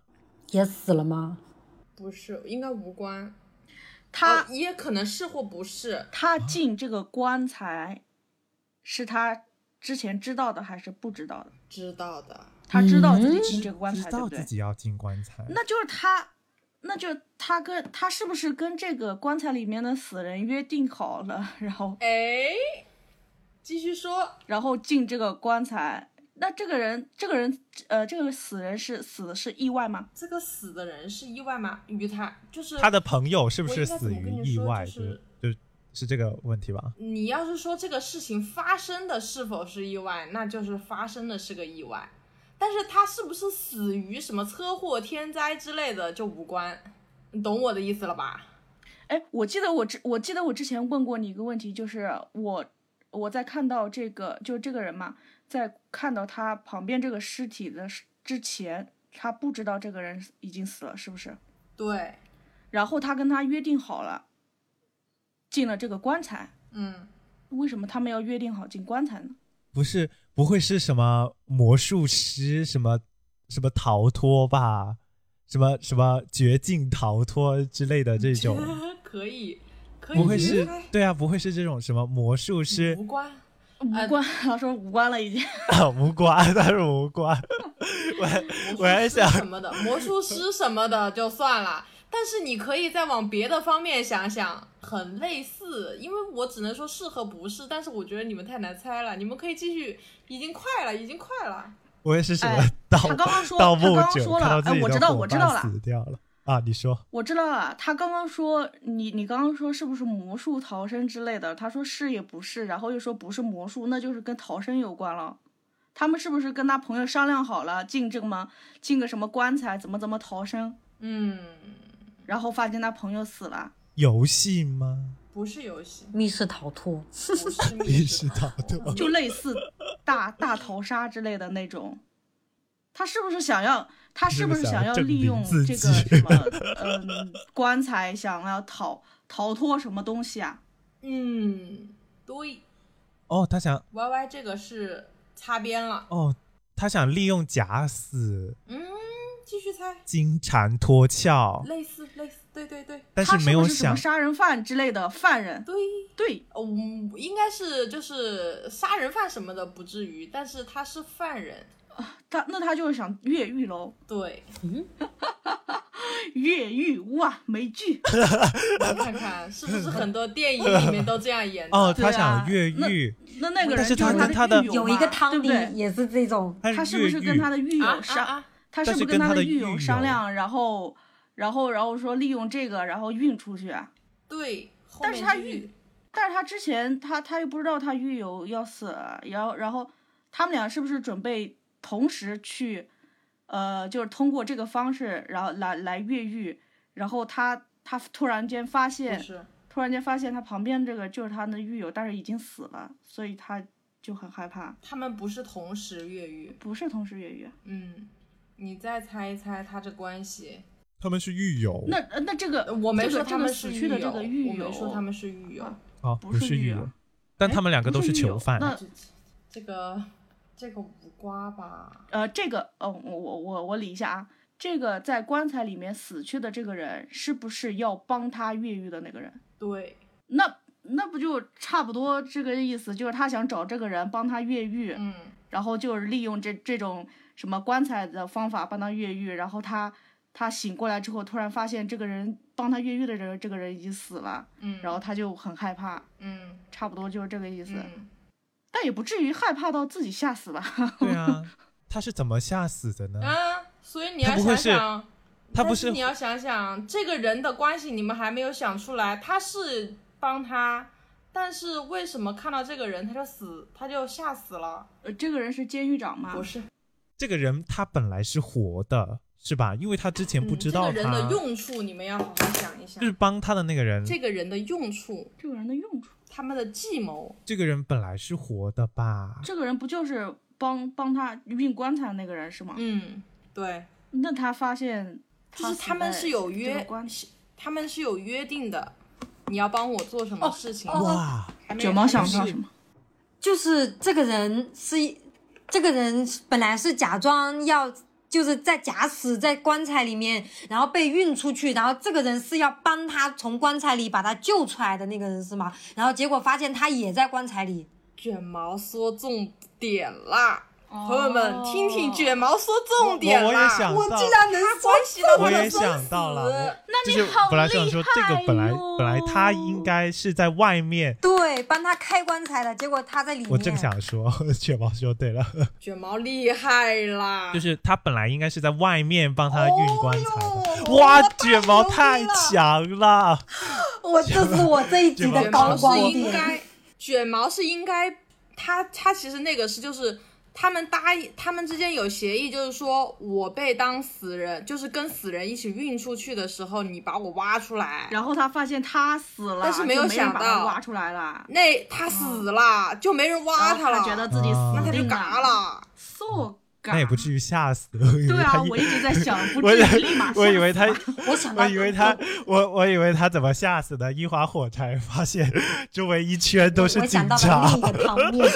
Speaker 4: 也死了吗？
Speaker 3: 不是，应该无关。
Speaker 5: 他、
Speaker 3: 哦也可能是或不是，
Speaker 5: 他进这个棺材，是他之前知道的还是不知道的？
Speaker 3: 知道的。
Speaker 5: 他知道自己
Speaker 4: 嗯
Speaker 5: 进这个棺
Speaker 1: 知
Speaker 5: 材，对
Speaker 1: 道
Speaker 5: 不
Speaker 1: 自
Speaker 5: 对？
Speaker 1: 己要进棺材，
Speaker 5: 那就是他，那就是他跟他是不是跟这个棺材里面的死人约定好了，然后
Speaker 3: 哎，继续说。
Speaker 5: 然后进这个棺材？那这个人，这个人，呃，这个死人是死的是意外吗？
Speaker 3: 这个死的人是意外吗？于他就是
Speaker 1: 他的朋友是不
Speaker 3: 我
Speaker 1: 是
Speaker 3: 应该怎
Speaker 1: 死
Speaker 3: 么跟
Speaker 1: 于
Speaker 3: 你
Speaker 1: 意
Speaker 3: 说
Speaker 1: 外？
Speaker 3: 就是
Speaker 1: 是就是是这个问题吧？
Speaker 3: 你要是说这个事情发生的是否是意外，那就是发生的是个意外，但是他是不是死于什么车祸、天灾之类的就无关，你懂我的意思了吧？
Speaker 5: 哎，我记得我之，我记得我之前问过你一个问题，就是我我在看到这个，就是这个人嘛，在看到他旁边这个尸体的时之前，他不知道这个人已经死了，是不是？
Speaker 3: 对，
Speaker 5: 然后他跟他约定好了，进了这个棺材。
Speaker 3: 嗯，
Speaker 5: 为什么他们要约定好进棺材呢？
Speaker 1: 不是，不会是什么魔术师什么什么逃脱吧？什么什么绝境逃脱之类的这种，
Speaker 3: <laughs> 可以，可以
Speaker 1: 不会
Speaker 3: 继续
Speaker 1: 是
Speaker 3: 猜
Speaker 1: 对啊，不会是这种什么魔术师
Speaker 3: 无关，
Speaker 1: 呃
Speaker 5: 无关， <laughs> 他说无关了已经。
Speaker 1: <laughs> 无关，他是无关。
Speaker 3: 魔术
Speaker 1: 我还
Speaker 3: 师
Speaker 1: 想
Speaker 3: 什么的，魔术师什么的就算了。但是你可以再往别的方面想想，很类似，因为我只能说是和不是，但是我觉得你们太难猜了，你们可以继续，已经快了，已经快了。
Speaker 1: 我也是什么
Speaker 5: 哎
Speaker 1: 盗、
Speaker 5: 他刚刚说
Speaker 1: 盗
Speaker 5: 他
Speaker 1: 墓
Speaker 5: 刚刚
Speaker 1: 者，
Speaker 5: 说
Speaker 1: 看到
Speaker 5: 了
Speaker 1: 自
Speaker 5: 哎
Speaker 1: 己
Speaker 5: 我
Speaker 1: 的
Speaker 5: 知道
Speaker 1: 伙
Speaker 5: 我知
Speaker 1: 伴
Speaker 5: 道了
Speaker 1: 死掉了啊！你说
Speaker 5: 我知道了，他刚刚说你，你刚刚说是不是魔术逃生之类的？他说是也不是，然后又说不是魔术，那就是跟逃生有关了。他们是不是跟他朋友商量好了进这个么进个什么棺材，怎么怎么逃生？
Speaker 3: 嗯，
Speaker 5: 然后发现他朋友死了，
Speaker 1: 游戏吗？
Speaker 3: 不是游 <laughs> 戏，
Speaker 4: 密室逃脱， <laughs>
Speaker 3: 不是
Speaker 1: 意
Speaker 3: 密
Speaker 1: 识
Speaker 3: 室
Speaker 1: 到
Speaker 3: 逃脱，
Speaker 1: 的，
Speaker 5: 就类似大大逃杀之类的那种。他是不是想要？他是不是想要利用
Speaker 1: 是不
Speaker 5: 这
Speaker 1: 是
Speaker 5: 个
Speaker 1: 想要证明自己
Speaker 5: 什么？嗯，棺材想要逃逃脱什么东西啊？
Speaker 3: 嗯，对
Speaker 1: 哦，他想
Speaker 3: ，Y Y 这个是擦边了。
Speaker 1: 哦，他想利用假死
Speaker 3: 嗯，继续猜，
Speaker 1: 金蝉脱壳，
Speaker 3: 类似类似，对对对
Speaker 1: 但
Speaker 5: 他
Speaker 1: 没有
Speaker 5: 不是什
Speaker 1: 想
Speaker 5: 么杀人犯之类的犯人？
Speaker 3: 对，
Speaker 5: 对，
Speaker 3: 嗯，应该是就是杀人犯什么的不至于，但是他是犯人，
Speaker 5: 他那他就是想越狱喽，
Speaker 3: 对，
Speaker 5: 越狱哇，美剧
Speaker 3: 你看看是不是很多电影里面都这样演
Speaker 1: <laughs>
Speaker 3: 的？
Speaker 1: 哦，
Speaker 5: 对
Speaker 1: 他
Speaker 5: 啊
Speaker 1: 想越
Speaker 5: 那
Speaker 1: 狱，
Speaker 5: 那那个
Speaker 1: 但
Speaker 5: 人
Speaker 1: 是
Speaker 5: 就
Speaker 1: 他
Speaker 5: 他
Speaker 1: 跟他的
Speaker 5: 狱友
Speaker 4: 有一
Speaker 5: 嘛
Speaker 4: 个汤
Speaker 5: 对不
Speaker 4: 底
Speaker 5: 对？
Speaker 4: 也是这种，
Speaker 5: 他是不
Speaker 1: 越
Speaker 5: 是
Speaker 1: 狱
Speaker 5: 跟他的狱
Speaker 3: 啊
Speaker 5: 友
Speaker 3: 啊
Speaker 5: 商？
Speaker 3: 啊！
Speaker 1: 但
Speaker 5: 他是不
Speaker 1: 是
Speaker 5: 是
Speaker 1: 跟他
Speaker 5: 他
Speaker 1: 的狱
Speaker 5: 狱友商
Speaker 1: 友
Speaker 5: 量，然后然后然后说利用这个然后运出去啊？
Speaker 3: 对，后
Speaker 5: 但
Speaker 3: 面
Speaker 5: 是他
Speaker 3: 就
Speaker 5: 狱但是他之前他他又不知道他狱友要死，啊然后然后他们俩是不是准备同时去，呃，就是通过这个方式，然后来来越狱，然后他他突然间发
Speaker 3: 不
Speaker 5: 现，
Speaker 3: 是
Speaker 5: 突然间发现他旁边这个就是他的狱友，但是已经死了，所以他就很害怕。
Speaker 3: 他们不是同时越狱，
Speaker 5: 不是同时越狱，啊
Speaker 3: 嗯，你再猜一猜他这关系，
Speaker 1: 他们是狱友，
Speaker 5: 那呃那这个
Speaker 3: 我没
Speaker 5: 这
Speaker 3: 说
Speaker 5: 个
Speaker 3: 他
Speaker 5: 这
Speaker 3: 们
Speaker 5: 个
Speaker 3: 是嗯
Speaker 5: 死去的这个狱
Speaker 3: 我
Speaker 5: 友，
Speaker 3: 没说他们是狱友。
Speaker 1: 啊
Speaker 5: 不
Speaker 1: 不
Speaker 5: 是
Speaker 1: 是
Speaker 5: 狱
Speaker 1: 狱
Speaker 5: 友哎
Speaker 1: 友，但他们两个都
Speaker 5: 不是狱友
Speaker 1: 囚犯。
Speaker 5: 那
Speaker 3: 这个这个无瓜吧？
Speaker 5: 呃，这个，呃，我我我我理一下啊，这个在棺材里面死去的这个人，是不是要帮他越狱的那个人？
Speaker 3: 对，
Speaker 5: 那那不就差不多这个意思？就是他想找这个人帮他越狱，
Speaker 3: 嗯，
Speaker 5: 然后就是利用这这种什么棺材的方法帮他越狱，然后他他醒过来之后，突然发现这个人帮他越狱的人，这个人已经死了，
Speaker 3: 嗯，
Speaker 5: 然后他就很害怕，
Speaker 3: 嗯
Speaker 5: 差不多就是这个意思，
Speaker 3: 嗯，
Speaker 5: 但也不至于害怕到自己吓死吧？ <laughs>
Speaker 1: 对啊，他是怎么吓死的呢？
Speaker 3: 啊，所以你要
Speaker 1: 他不会
Speaker 3: 想
Speaker 1: 是
Speaker 3: 想，
Speaker 1: 他
Speaker 3: 但
Speaker 1: 不
Speaker 3: 是你要想想这个人的关系，你们还没有想出来，他是帮他。但是为什么看到这个人他就死，他就吓死了？
Speaker 5: 呃，这个人是监狱长吗？
Speaker 3: 不是，
Speaker 1: 这个人，他本来是活的，是吧？因为他之前不知道
Speaker 3: 嗯、这个人
Speaker 1: 他
Speaker 3: 的用处，你们要好好想一想
Speaker 1: 就。是帮他的那个人，
Speaker 3: 这个人的用处，
Speaker 5: 这个人的用处。
Speaker 3: 他们的计谋，
Speaker 1: 这个人本来是活的吧？
Speaker 5: 这个人不就是帮帮他运棺材的那个人是吗？
Speaker 3: 嗯，对，
Speaker 5: 那他发现
Speaker 3: 就
Speaker 5: 死
Speaker 3: 是
Speaker 5: 在
Speaker 3: 他们是有
Speaker 5: 这个
Speaker 3: 约
Speaker 5: 棺，
Speaker 3: 是他们是有约定的，你要帮我做什
Speaker 5: 哦
Speaker 3: 么事情。
Speaker 1: 哇，
Speaker 3: 还没
Speaker 5: 卷毛想
Speaker 3: 还没
Speaker 5: 到什么？
Speaker 4: 就是这个人是，这个人本来是假装要，就是在假死在棺材里面，然后被运出去，然后这个人是要帮他从棺材里把他救出来的那个人是吗？然后结果发现他也在棺材里，
Speaker 3: 卷毛说重点啦，
Speaker 5: 哦
Speaker 3: 朋友们，听听卷毛说重
Speaker 1: 我
Speaker 3: 点啦。
Speaker 1: 我也想
Speaker 4: 我
Speaker 1: 到，
Speaker 4: 竟然能关系 <laughs> 到
Speaker 1: 我
Speaker 4: 我
Speaker 1: 也
Speaker 4: 的生
Speaker 1: 想到了，
Speaker 4: 死。
Speaker 1: 我就是本来想说这个本来本来他应该是在外面，
Speaker 4: 对，帮他开棺材的，结果他在里面。
Speaker 1: 我正想说，确保说对了，
Speaker 3: 卷毛厉害啦，
Speaker 1: 就是他本来应该是在外面帮他运棺材的。
Speaker 4: 哦哟
Speaker 1: 哇
Speaker 4: 我太，
Speaker 1: 卷毛太
Speaker 4: 牛逼了
Speaker 1: 强了！
Speaker 4: 我这是我这一集的
Speaker 3: 卷毛
Speaker 4: 高光
Speaker 3: 是应
Speaker 4: 点。
Speaker 3: 该，卷毛是应该，他他其实那个是就是。他们答应，他们之间有协议，就是说我被当死人，就是跟死人一起运出去的时候，你把我挖出来。
Speaker 5: 然后他发现他死了，
Speaker 3: 但是没
Speaker 5: 没
Speaker 3: 有想
Speaker 5: 把他
Speaker 3: 到
Speaker 5: 挖出来了，
Speaker 3: 那他死了，就没人
Speaker 5: 然
Speaker 3: 挖
Speaker 5: 后他
Speaker 3: 了，
Speaker 5: 觉得自己死
Speaker 1: 哦
Speaker 3: 那他就
Speaker 5: 定
Speaker 3: 嘎。了。
Speaker 5: so 嘎。
Speaker 1: 那也不至于吓死。
Speaker 5: 对啊，我
Speaker 1: 我
Speaker 5: 一直
Speaker 1: <laughs>
Speaker 5: 在想，不
Speaker 1: 我
Speaker 5: 至于立马
Speaker 1: 我以为他
Speaker 5: 吓死吧
Speaker 4: 我想到
Speaker 1: 我以为他，我我以为他怎么吓死的，一划火柴发现周围一圈都是
Speaker 4: 我
Speaker 1: 警
Speaker 4: 想到了
Speaker 1: 察
Speaker 4: 另一，个汤面，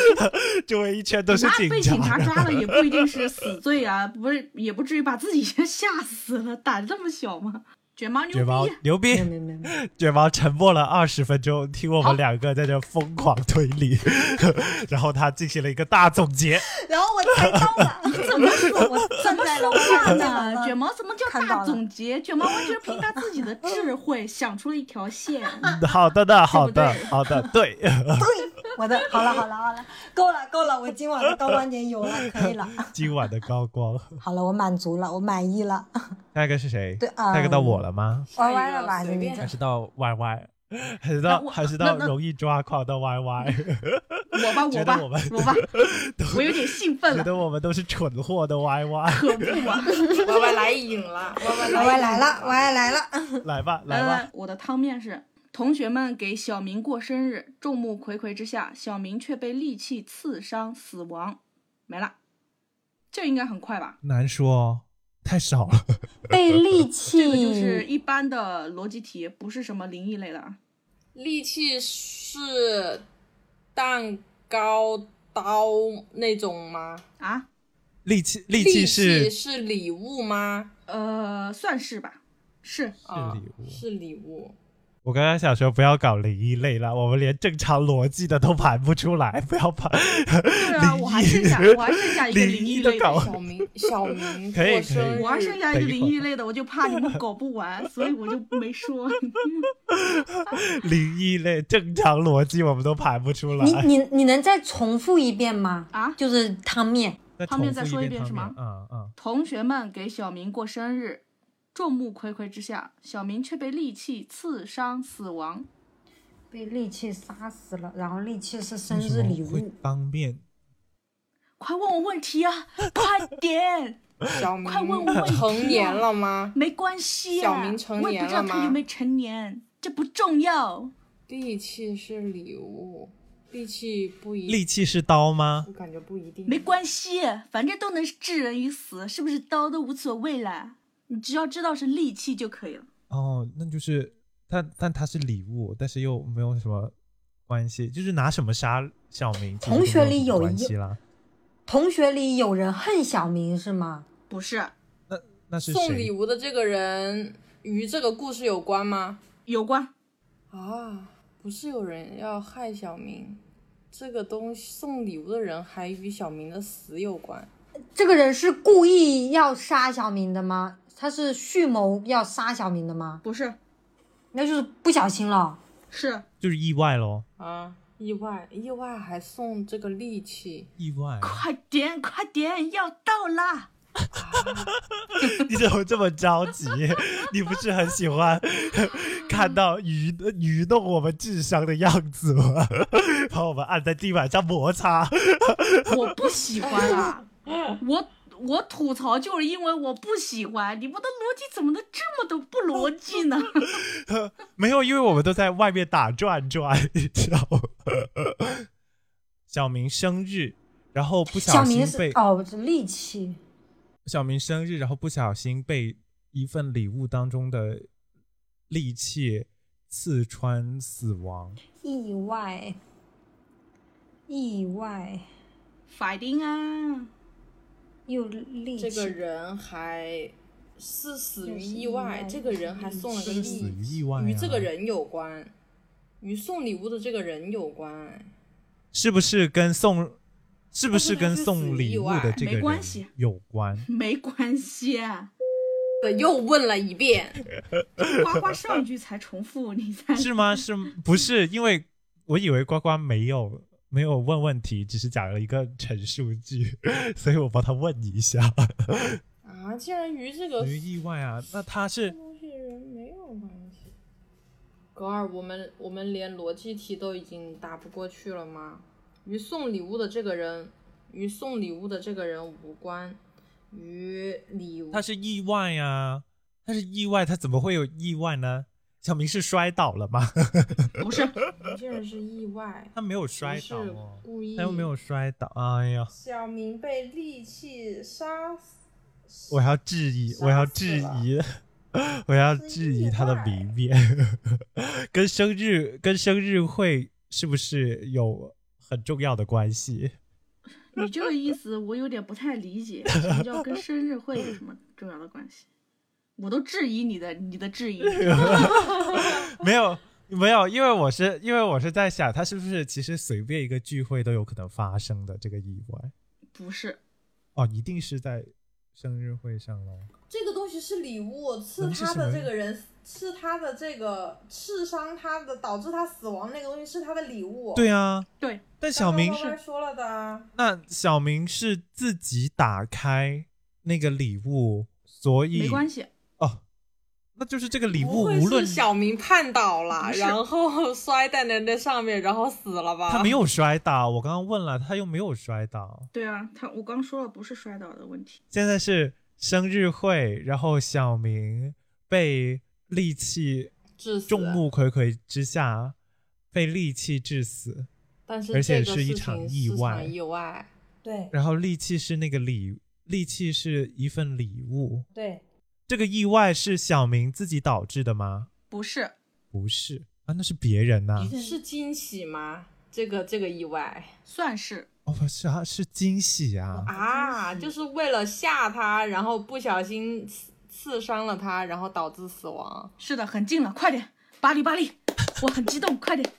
Speaker 1: 周围一圈都是
Speaker 5: 那被警察
Speaker 1: 察。
Speaker 5: 抓了
Speaker 1: <laughs>
Speaker 5: 也不一定是死罪啊，不是也不至于把自己 <laughs> 先吓死了，胆这么小吗？卷毛牛
Speaker 1: 卷毛
Speaker 5: 逼！
Speaker 1: 牛
Speaker 4: 没有
Speaker 1: 逼！
Speaker 4: 没有没有。
Speaker 1: <laughs> 卷毛沉默了二十分钟，听我们两个在这疯狂推理， <laughs> 然后他进行了一个大总结。
Speaker 4: <laughs> 然后我猜到了， <laughs> 怎么说？我
Speaker 5: 怎么说
Speaker 4: <laughs>
Speaker 5: 话呢？卷
Speaker 4: 毛
Speaker 5: 毛怎么叫大总结？卷毛完全凭他自己的智慧想出了一条线。
Speaker 1: 好的呢，好的
Speaker 5: 对不，
Speaker 1: <laughs> 好的，对。
Speaker 4: 对， <laughs> 我的好了好了好了，够了够了，我今晚的高光点有了，可以了。
Speaker 1: 今晚的高光，
Speaker 4: 好了，我满足了，我满意了。
Speaker 1: 下一个是谁？
Speaker 4: 对啊
Speaker 1: 下一个到我了吗？
Speaker 4: 歪歪了吧，
Speaker 3: 随便
Speaker 1: 还
Speaker 4: 你
Speaker 1: 是到 YY？还是
Speaker 5: 那
Speaker 1: 到
Speaker 5: 我
Speaker 1: 还是
Speaker 5: 那
Speaker 1: 到
Speaker 5: 那
Speaker 1: 容易抓狂的 YY？
Speaker 5: <laughs> 我吧，我
Speaker 1: 觉
Speaker 5: 吧，
Speaker 1: 得我们
Speaker 5: 我吧，我有点兴奋
Speaker 1: <laughs> 觉
Speaker 5: 了，
Speaker 1: 得我们都是蠢货的 YY。
Speaker 5: 可不啊！
Speaker 3: 歪歪来瘾了，歪歪
Speaker 4: 歪歪来
Speaker 3: 瘾
Speaker 4: 了，歪歪来了。
Speaker 1: 来吧，来吧
Speaker 5: 呃，，我的汤面是。同学们给小明过生日，众目睽睽之下，小明却被利器刺伤死亡，没了。这应该很快吧？
Speaker 1: 难说哦，太少了。
Speaker 4: 被利
Speaker 5: 这
Speaker 1: 嗯
Speaker 5: 个就是
Speaker 4: 器，
Speaker 5: 一般的逻辑题，不是什么灵异类的啊。
Speaker 3: 利器是蛋糕刀那种吗？
Speaker 5: 啊，
Speaker 1: 利器，利
Speaker 3: 利
Speaker 1: 器
Speaker 3: 器
Speaker 1: 是
Speaker 3: 是礼物吗？
Speaker 5: 呃，算是吧，是
Speaker 1: <laughs>
Speaker 3: 啊
Speaker 1: 礼物
Speaker 3: 是礼物。
Speaker 1: 我刚刚想说不要搞灵异类了，我们连正常逻辑的都盘不出来，不要盘。
Speaker 5: 对
Speaker 1: <laughs>
Speaker 5: 啊，
Speaker 1: 灵
Speaker 5: 我还
Speaker 1: 异
Speaker 5: 剩下我还剩下一个
Speaker 1: 灵
Speaker 5: 灵
Speaker 1: 异
Speaker 5: 异
Speaker 1: 的
Speaker 5: 类
Speaker 1: 搞
Speaker 5: 的，
Speaker 3: 小明，小明
Speaker 1: <laughs> 可以
Speaker 3: 过生日，
Speaker 5: 我还剩下一个灵异类的，我就怕你们搞不完，所以我就没说。 <laughs>
Speaker 1: 灵异类正常逻辑我们都盘不出来
Speaker 4: 你。你你能再重复一遍吗？
Speaker 5: 啊
Speaker 4: 就是汤面，
Speaker 1: 那
Speaker 5: 汤面
Speaker 1: 重复
Speaker 5: 再说一
Speaker 1: 一
Speaker 5: 遍是吗
Speaker 1: 嗯嗯，
Speaker 5: 同学们给小明过生日，众目睽睽之下，小明却被利器刺伤死亡。
Speaker 4: 被利器杀死了，然后利器是生
Speaker 1: 为什
Speaker 4: 日
Speaker 1: 么
Speaker 4: 礼
Speaker 1: 会
Speaker 4: 物。
Speaker 1: 当面
Speaker 5: 快问我问题啊！快点，
Speaker 3: 小明
Speaker 5: 快问我问题啊
Speaker 3: 成年了吗？
Speaker 5: 没关系、啊。
Speaker 3: 小明成
Speaker 5: 我也不知道
Speaker 3: 年了
Speaker 5: 他有
Speaker 3: 吗
Speaker 5: 没有成年，这不重要。
Speaker 3: 利器是礼物，利器不一，
Speaker 1: 利器是刀吗？
Speaker 3: 我感觉不一定。
Speaker 5: 没关系，反正都能置人于死，是不是刀都无所谓啦。你只要知道是利器就可以了。
Speaker 1: 哦，那就是，但但它是礼物，但是又没有什么关系，就是拿什么杀小明，其实
Speaker 4: 同
Speaker 1: 都
Speaker 4: 学
Speaker 1: 没有什么
Speaker 4: 里有
Speaker 1: 关
Speaker 4: 一
Speaker 1: 系啦。
Speaker 4: 同学里有人恨小明是吗？
Speaker 5: 不是
Speaker 1: 那那是
Speaker 3: 送礼
Speaker 1: 谁？
Speaker 3: 物的这个人与这个故事有关吗？
Speaker 5: 有关，
Speaker 3: 啊，不是有人要害小明，这个东西送礼物的人还与小明的死有关。
Speaker 4: 这个人是故意要杀小明的吗？他是蓄谋要杀小明的吗？
Speaker 5: 不是
Speaker 4: 那就是不小心了。
Speaker 5: 是
Speaker 1: 就是意外咯，
Speaker 3: 啊，意外，意外还送这个利器，
Speaker 1: 意外。
Speaker 5: 快点快点要到啦！
Speaker 1: 你怎么这么着急？ <laughs> 你不是很喜欢看到愚愚弄我们智商的样子吗？ <laughs> 把我们按在地板上摩擦。
Speaker 5: 我不喜欢啦，我我吐槽就是因为我不喜欢，你们的逻辑怎么能这么的不逻辑呢？ <laughs>
Speaker 1: 没有，因为我们都在外面打转转，你知道吗？小明生日，然后不
Speaker 4: 小
Speaker 1: 小心
Speaker 4: 明是
Speaker 1: 被
Speaker 4: 哦，是利器。
Speaker 1: 小明生日，然后不小心被一份礼物当中的利器刺穿死亡。
Speaker 4: 意外，意外
Speaker 5: 法定啊，
Speaker 4: 又力
Speaker 3: 这
Speaker 4: 气，
Speaker 3: 个人还是死于意
Speaker 4: 又
Speaker 3: 外，
Speaker 4: 是意外
Speaker 3: 这个人还送了个
Speaker 1: 这
Speaker 3: 利
Speaker 1: 是
Speaker 3: 器，
Speaker 1: 死于意外、啊，
Speaker 3: 与这个人有关，与送礼物的这个人有关。
Speaker 1: 是不是跟送，是不
Speaker 3: 是
Speaker 1: 是跟送礼物的这个
Speaker 5: 没关
Speaker 1: 人
Speaker 5: 系
Speaker 1: 有关？
Speaker 5: 没关系，啊
Speaker 3: 对，又问了一遍，
Speaker 5: 呱呱上句才重复，你
Speaker 1: <laughs>
Speaker 5: 才
Speaker 1: 是吗？是不是？因为我以为呱呱没有没有问问题，只是讲了一个陈述句， <laughs> 所以我帮他问一下。
Speaker 3: 啊，竟然与这个
Speaker 1: 于意外啊，那他是
Speaker 3: 东西人没有关系。狗二，我们我们连逻辑题都已经打不过去了吗？与送礼物的这个人，与送礼物的这个人无关，与礼物
Speaker 1: 他是意外啊，他是意外，他怎么会有意外呢？小明是摔倒了吗？
Speaker 5: 不是
Speaker 3: 竟然是意外，
Speaker 1: 他没有摔
Speaker 3: 不
Speaker 1: 倒
Speaker 3: 是
Speaker 1: 哦，
Speaker 3: 故意，
Speaker 1: 他又没有。摔倒。哎呀，
Speaker 3: 小明被利器杀死，
Speaker 1: 我要质疑，我要质疑，我要质疑他的明面， <laughs> 跟生日跟生日会是不是有很重要的关系？
Speaker 5: 你这个意思，我有点不太理解，什么叫跟生日会有什么重要的关系？我都质疑你的你的质疑，
Speaker 1: 没有没有，因为我是因为我是在想，他是不是其实随便一个聚会都有可能发生的这个意外？
Speaker 5: 不是
Speaker 1: 哦，一定是在生日会上喽。
Speaker 3: 这个东西是礼物，刺
Speaker 1: 能是
Speaker 3: 他
Speaker 1: 什
Speaker 3: 的
Speaker 1: 么
Speaker 3: 这个人，刺他的这个刺伤他的导致他死亡那个东西是他的礼物。
Speaker 1: 对啊，
Speaker 5: 对，
Speaker 1: 但
Speaker 3: 刚
Speaker 1: 小
Speaker 3: 刚
Speaker 1: 明
Speaker 3: 歪歪
Speaker 1: 是
Speaker 3: 说了的啊，
Speaker 1: 那小明是自己打开那个礼物，所以
Speaker 5: 没关系，
Speaker 1: 哦，那就是这个礼
Speaker 3: 不
Speaker 1: 物
Speaker 3: 会
Speaker 1: 无论
Speaker 3: 是小明绊倒了，
Speaker 5: 不是
Speaker 3: 然后摔在那那上面，然后死了吧？
Speaker 1: 他没有摔倒，我刚刚问了，他又没有摔倒。
Speaker 5: 对啊，他我刚说了不是摔倒的问题，
Speaker 1: 现在是生日会，然后小明被利器
Speaker 3: 致死，
Speaker 1: 众目睽睽之下被利器致死，
Speaker 3: 但是
Speaker 1: 而且
Speaker 3: 这个
Speaker 1: 是一
Speaker 3: 事
Speaker 1: 场
Speaker 3: 情
Speaker 1: 意
Speaker 3: 是
Speaker 1: 外
Speaker 3: 场意外，
Speaker 4: 对
Speaker 1: 然后利器是那个礼，利器是一份礼物。
Speaker 4: 对，
Speaker 1: 这个意外是小明自己导致的吗？
Speaker 5: 不是
Speaker 1: 不是啊，那是别人呐、
Speaker 3: 是惊喜吗？这个这个意外
Speaker 5: 算是
Speaker 1: 哦，不是啊，是惊喜啊。
Speaker 3: 啊，
Speaker 5: 惊喜
Speaker 3: 就是为了吓他，然后不小心刺刺伤了他，然后导致死亡。
Speaker 5: 是的，很近了，快点，巴黎巴黎，我很激动，快点，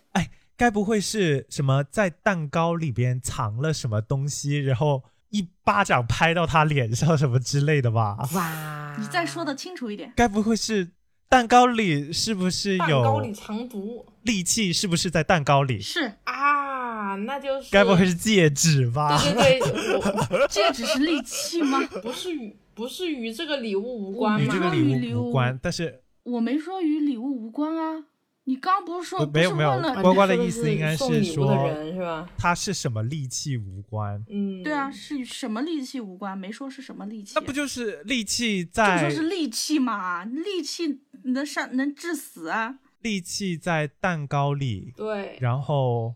Speaker 1: 该不会是什么在蛋糕里边藏了什么东西，然后一巴掌拍到他脸上什么之类的吧？
Speaker 4: 哇！
Speaker 5: 你再说的清楚一点，
Speaker 1: 该不会是蛋糕里是不是
Speaker 3: 蛋糕
Speaker 1: 有
Speaker 3: 里藏毒
Speaker 1: 利器？是不是在蛋糕里？
Speaker 5: 是
Speaker 3: 啊，那就是
Speaker 1: 该不会是啊戒指吧？
Speaker 3: 对对对，我
Speaker 5: 这只是利器吗？
Speaker 3: 不是与不是与这个礼物无关
Speaker 1: 与
Speaker 5: 你
Speaker 1: 这
Speaker 3: 吗？
Speaker 1: 个
Speaker 5: 礼
Speaker 1: 礼物无关，但是
Speaker 5: 我没说与礼物无关啊，你刚不是说
Speaker 1: 呃没有
Speaker 5: 不
Speaker 1: 没
Speaker 5: 是
Speaker 1: 有
Speaker 5: 问了
Speaker 1: 乖乖的
Speaker 3: 啊你
Speaker 1: 意
Speaker 3: 说
Speaker 1: 思应该
Speaker 3: 是送
Speaker 1: 是
Speaker 3: 礼物的
Speaker 1: 说
Speaker 3: 人是吧？
Speaker 1: 它是什么利器无关？
Speaker 3: 嗯，
Speaker 5: 对啊，，是与什么利器无关，没说是什么利器
Speaker 1: 那。不就是哎利器
Speaker 5: 就
Speaker 1: 在
Speaker 5: 说是利器嘛，利器能伤能致死啊！
Speaker 1: 利器在蛋糕里，
Speaker 3: 对，
Speaker 1: 然后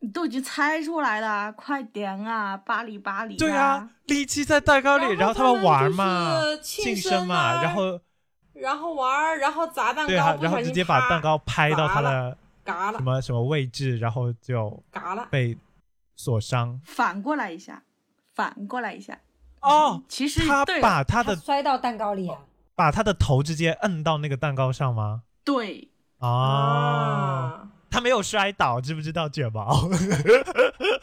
Speaker 5: 你都已经猜出来了啊，快点啊，巴黎巴黎、
Speaker 1: 对
Speaker 5: 啊
Speaker 1: 啊，，利基在蛋糕里，然
Speaker 3: 然
Speaker 1: 后
Speaker 3: 后
Speaker 1: 他
Speaker 3: 他
Speaker 1: 们
Speaker 3: 们
Speaker 1: 玩
Speaker 3: 就是
Speaker 1: 嘛，
Speaker 3: 庆
Speaker 1: 庆
Speaker 3: 生
Speaker 1: 生嘛，
Speaker 3: 啊
Speaker 1: 然后
Speaker 3: 然后玩儿，然后砸蛋
Speaker 1: 对啊
Speaker 3: 糕，，不
Speaker 1: 然后
Speaker 3: 小
Speaker 1: 直
Speaker 3: 心
Speaker 1: 接把
Speaker 3: 啪
Speaker 1: 蛋糕拍到
Speaker 3: 砸
Speaker 1: 他
Speaker 3: 了
Speaker 1: 的
Speaker 3: 嘎了
Speaker 1: 什，么什么位置，然后就
Speaker 3: 嘎了。
Speaker 1: 被锁伤。
Speaker 5: 反过来一下，反过来一下，
Speaker 1: 哦，
Speaker 5: 嗯其实
Speaker 1: 他
Speaker 5: 对
Speaker 1: 把他
Speaker 4: 他
Speaker 1: 的
Speaker 4: 摔到蛋糕里啊，
Speaker 1: 把他的头直接摁到那个蛋糕上吗？
Speaker 5: 对，
Speaker 1: 啊，，他没有摔倒，知不知道卷毛？ <laughs>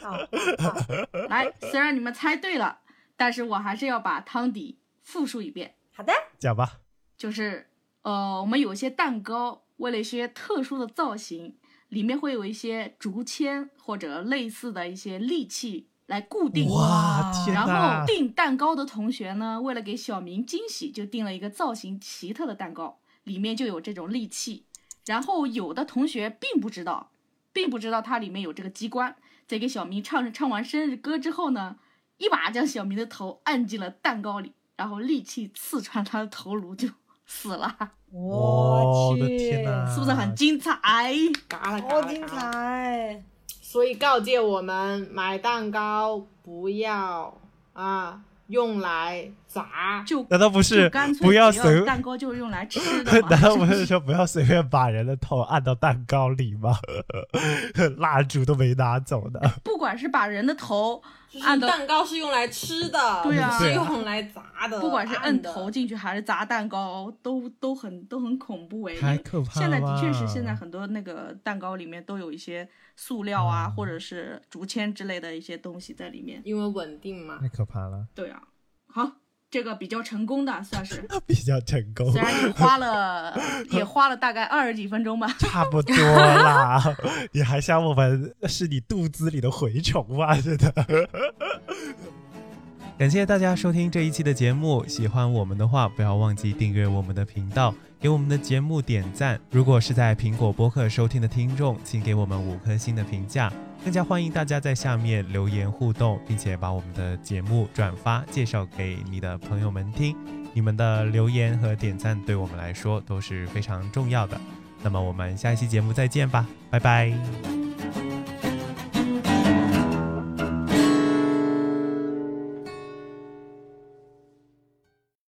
Speaker 4: 啊啊
Speaker 5: 来，虽然你们猜对了，但是我还是要把汤底复述一遍。
Speaker 4: 好的，
Speaker 1: 讲吧，
Speaker 5: 就是呃，我们有一些蛋糕，为了一些特殊的造型，里面会有一些竹签或者类似的一些利器来固定。
Speaker 1: 哇，天
Speaker 5: <laughs> 然
Speaker 1: 哪
Speaker 5: 后！订蛋糕的同学呢，为了给小明惊喜，就订了一个造型奇特的蛋糕，里面就有这种利器。然后有的同学并不知道，并不知道它里面有这个机关，在给小明唱唱完生日歌之后呢，一把将小明的头按进了蛋糕里，然后利器刺穿他的头颅就死
Speaker 1: 啊
Speaker 5: 了，
Speaker 1: 哦我
Speaker 4: 我
Speaker 1: 的
Speaker 4: 去，
Speaker 1: 天哪！
Speaker 5: 是不是很精彩？
Speaker 3: 嘎了，嘎
Speaker 4: 好
Speaker 3: 了，
Speaker 4: 精
Speaker 3: 嘎了。
Speaker 4: 彩！
Speaker 3: 所以告诫我们，买蛋糕不要啊，用来砸。
Speaker 5: 就
Speaker 1: 难道不是
Speaker 5: 就干脆
Speaker 1: 不要随 <laughs>
Speaker 5: 蛋糕就是用来吃的嘛？
Speaker 1: 难道不
Speaker 5: 不
Speaker 1: 是说不要随便把人的头按到蛋糕里吗？ <laughs> 蜡烛都没拿走呢。
Speaker 5: 不管是把人的头
Speaker 3: 就是
Speaker 5: 按到
Speaker 3: 蛋糕是用来吃的，
Speaker 5: 对啊
Speaker 3: 不是
Speaker 1: 对啊
Speaker 3: 用来砸的。
Speaker 5: 不管是摁
Speaker 3: 呃按的
Speaker 5: 头，进去还是砸蛋糕，都都很都很恐怖哎。因
Speaker 1: 太
Speaker 5: 为
Speaker 1: 可怕
Speaker 5: 现在的确是
Speaker 1: 了
Speaker 5: 现在很多那个蛋糕里面都有一些塑料啊，
Speaker 1: 嗯
Speaker 5: 或者是竹签之类的一些东西在里面。
Speaker 3: 因为稳定嘛。
Speaker 1: 太可怕了，
Speaker 5: 对啊，好，这个比较成功的算是，
Speaker 1: <laughs> 比较成功
Speaker 5: 虽，然也
Speaker 1: <laughs>
Speaker 5: 花了也花了大概二十几分钟吧。
Speaker 1: 差不多啦。 <laughs> 你还想我们是你肚子里的蛔虫吗？真的。 <laughs> 感谢大家收听这一期的节目，喜欢我们的话，不要忘记订阅我们的频道，给我们的节目点赞。如果是在苹果播客收听的听众，请给我们五颗星的评价。更加欢迎大家在下面留言互动，并且把我们的节目转发介绍给你的朋友们听。你们的留言和点赞对我们来说都是非常重要的。那么我们下一期节目再见吧，拜拜。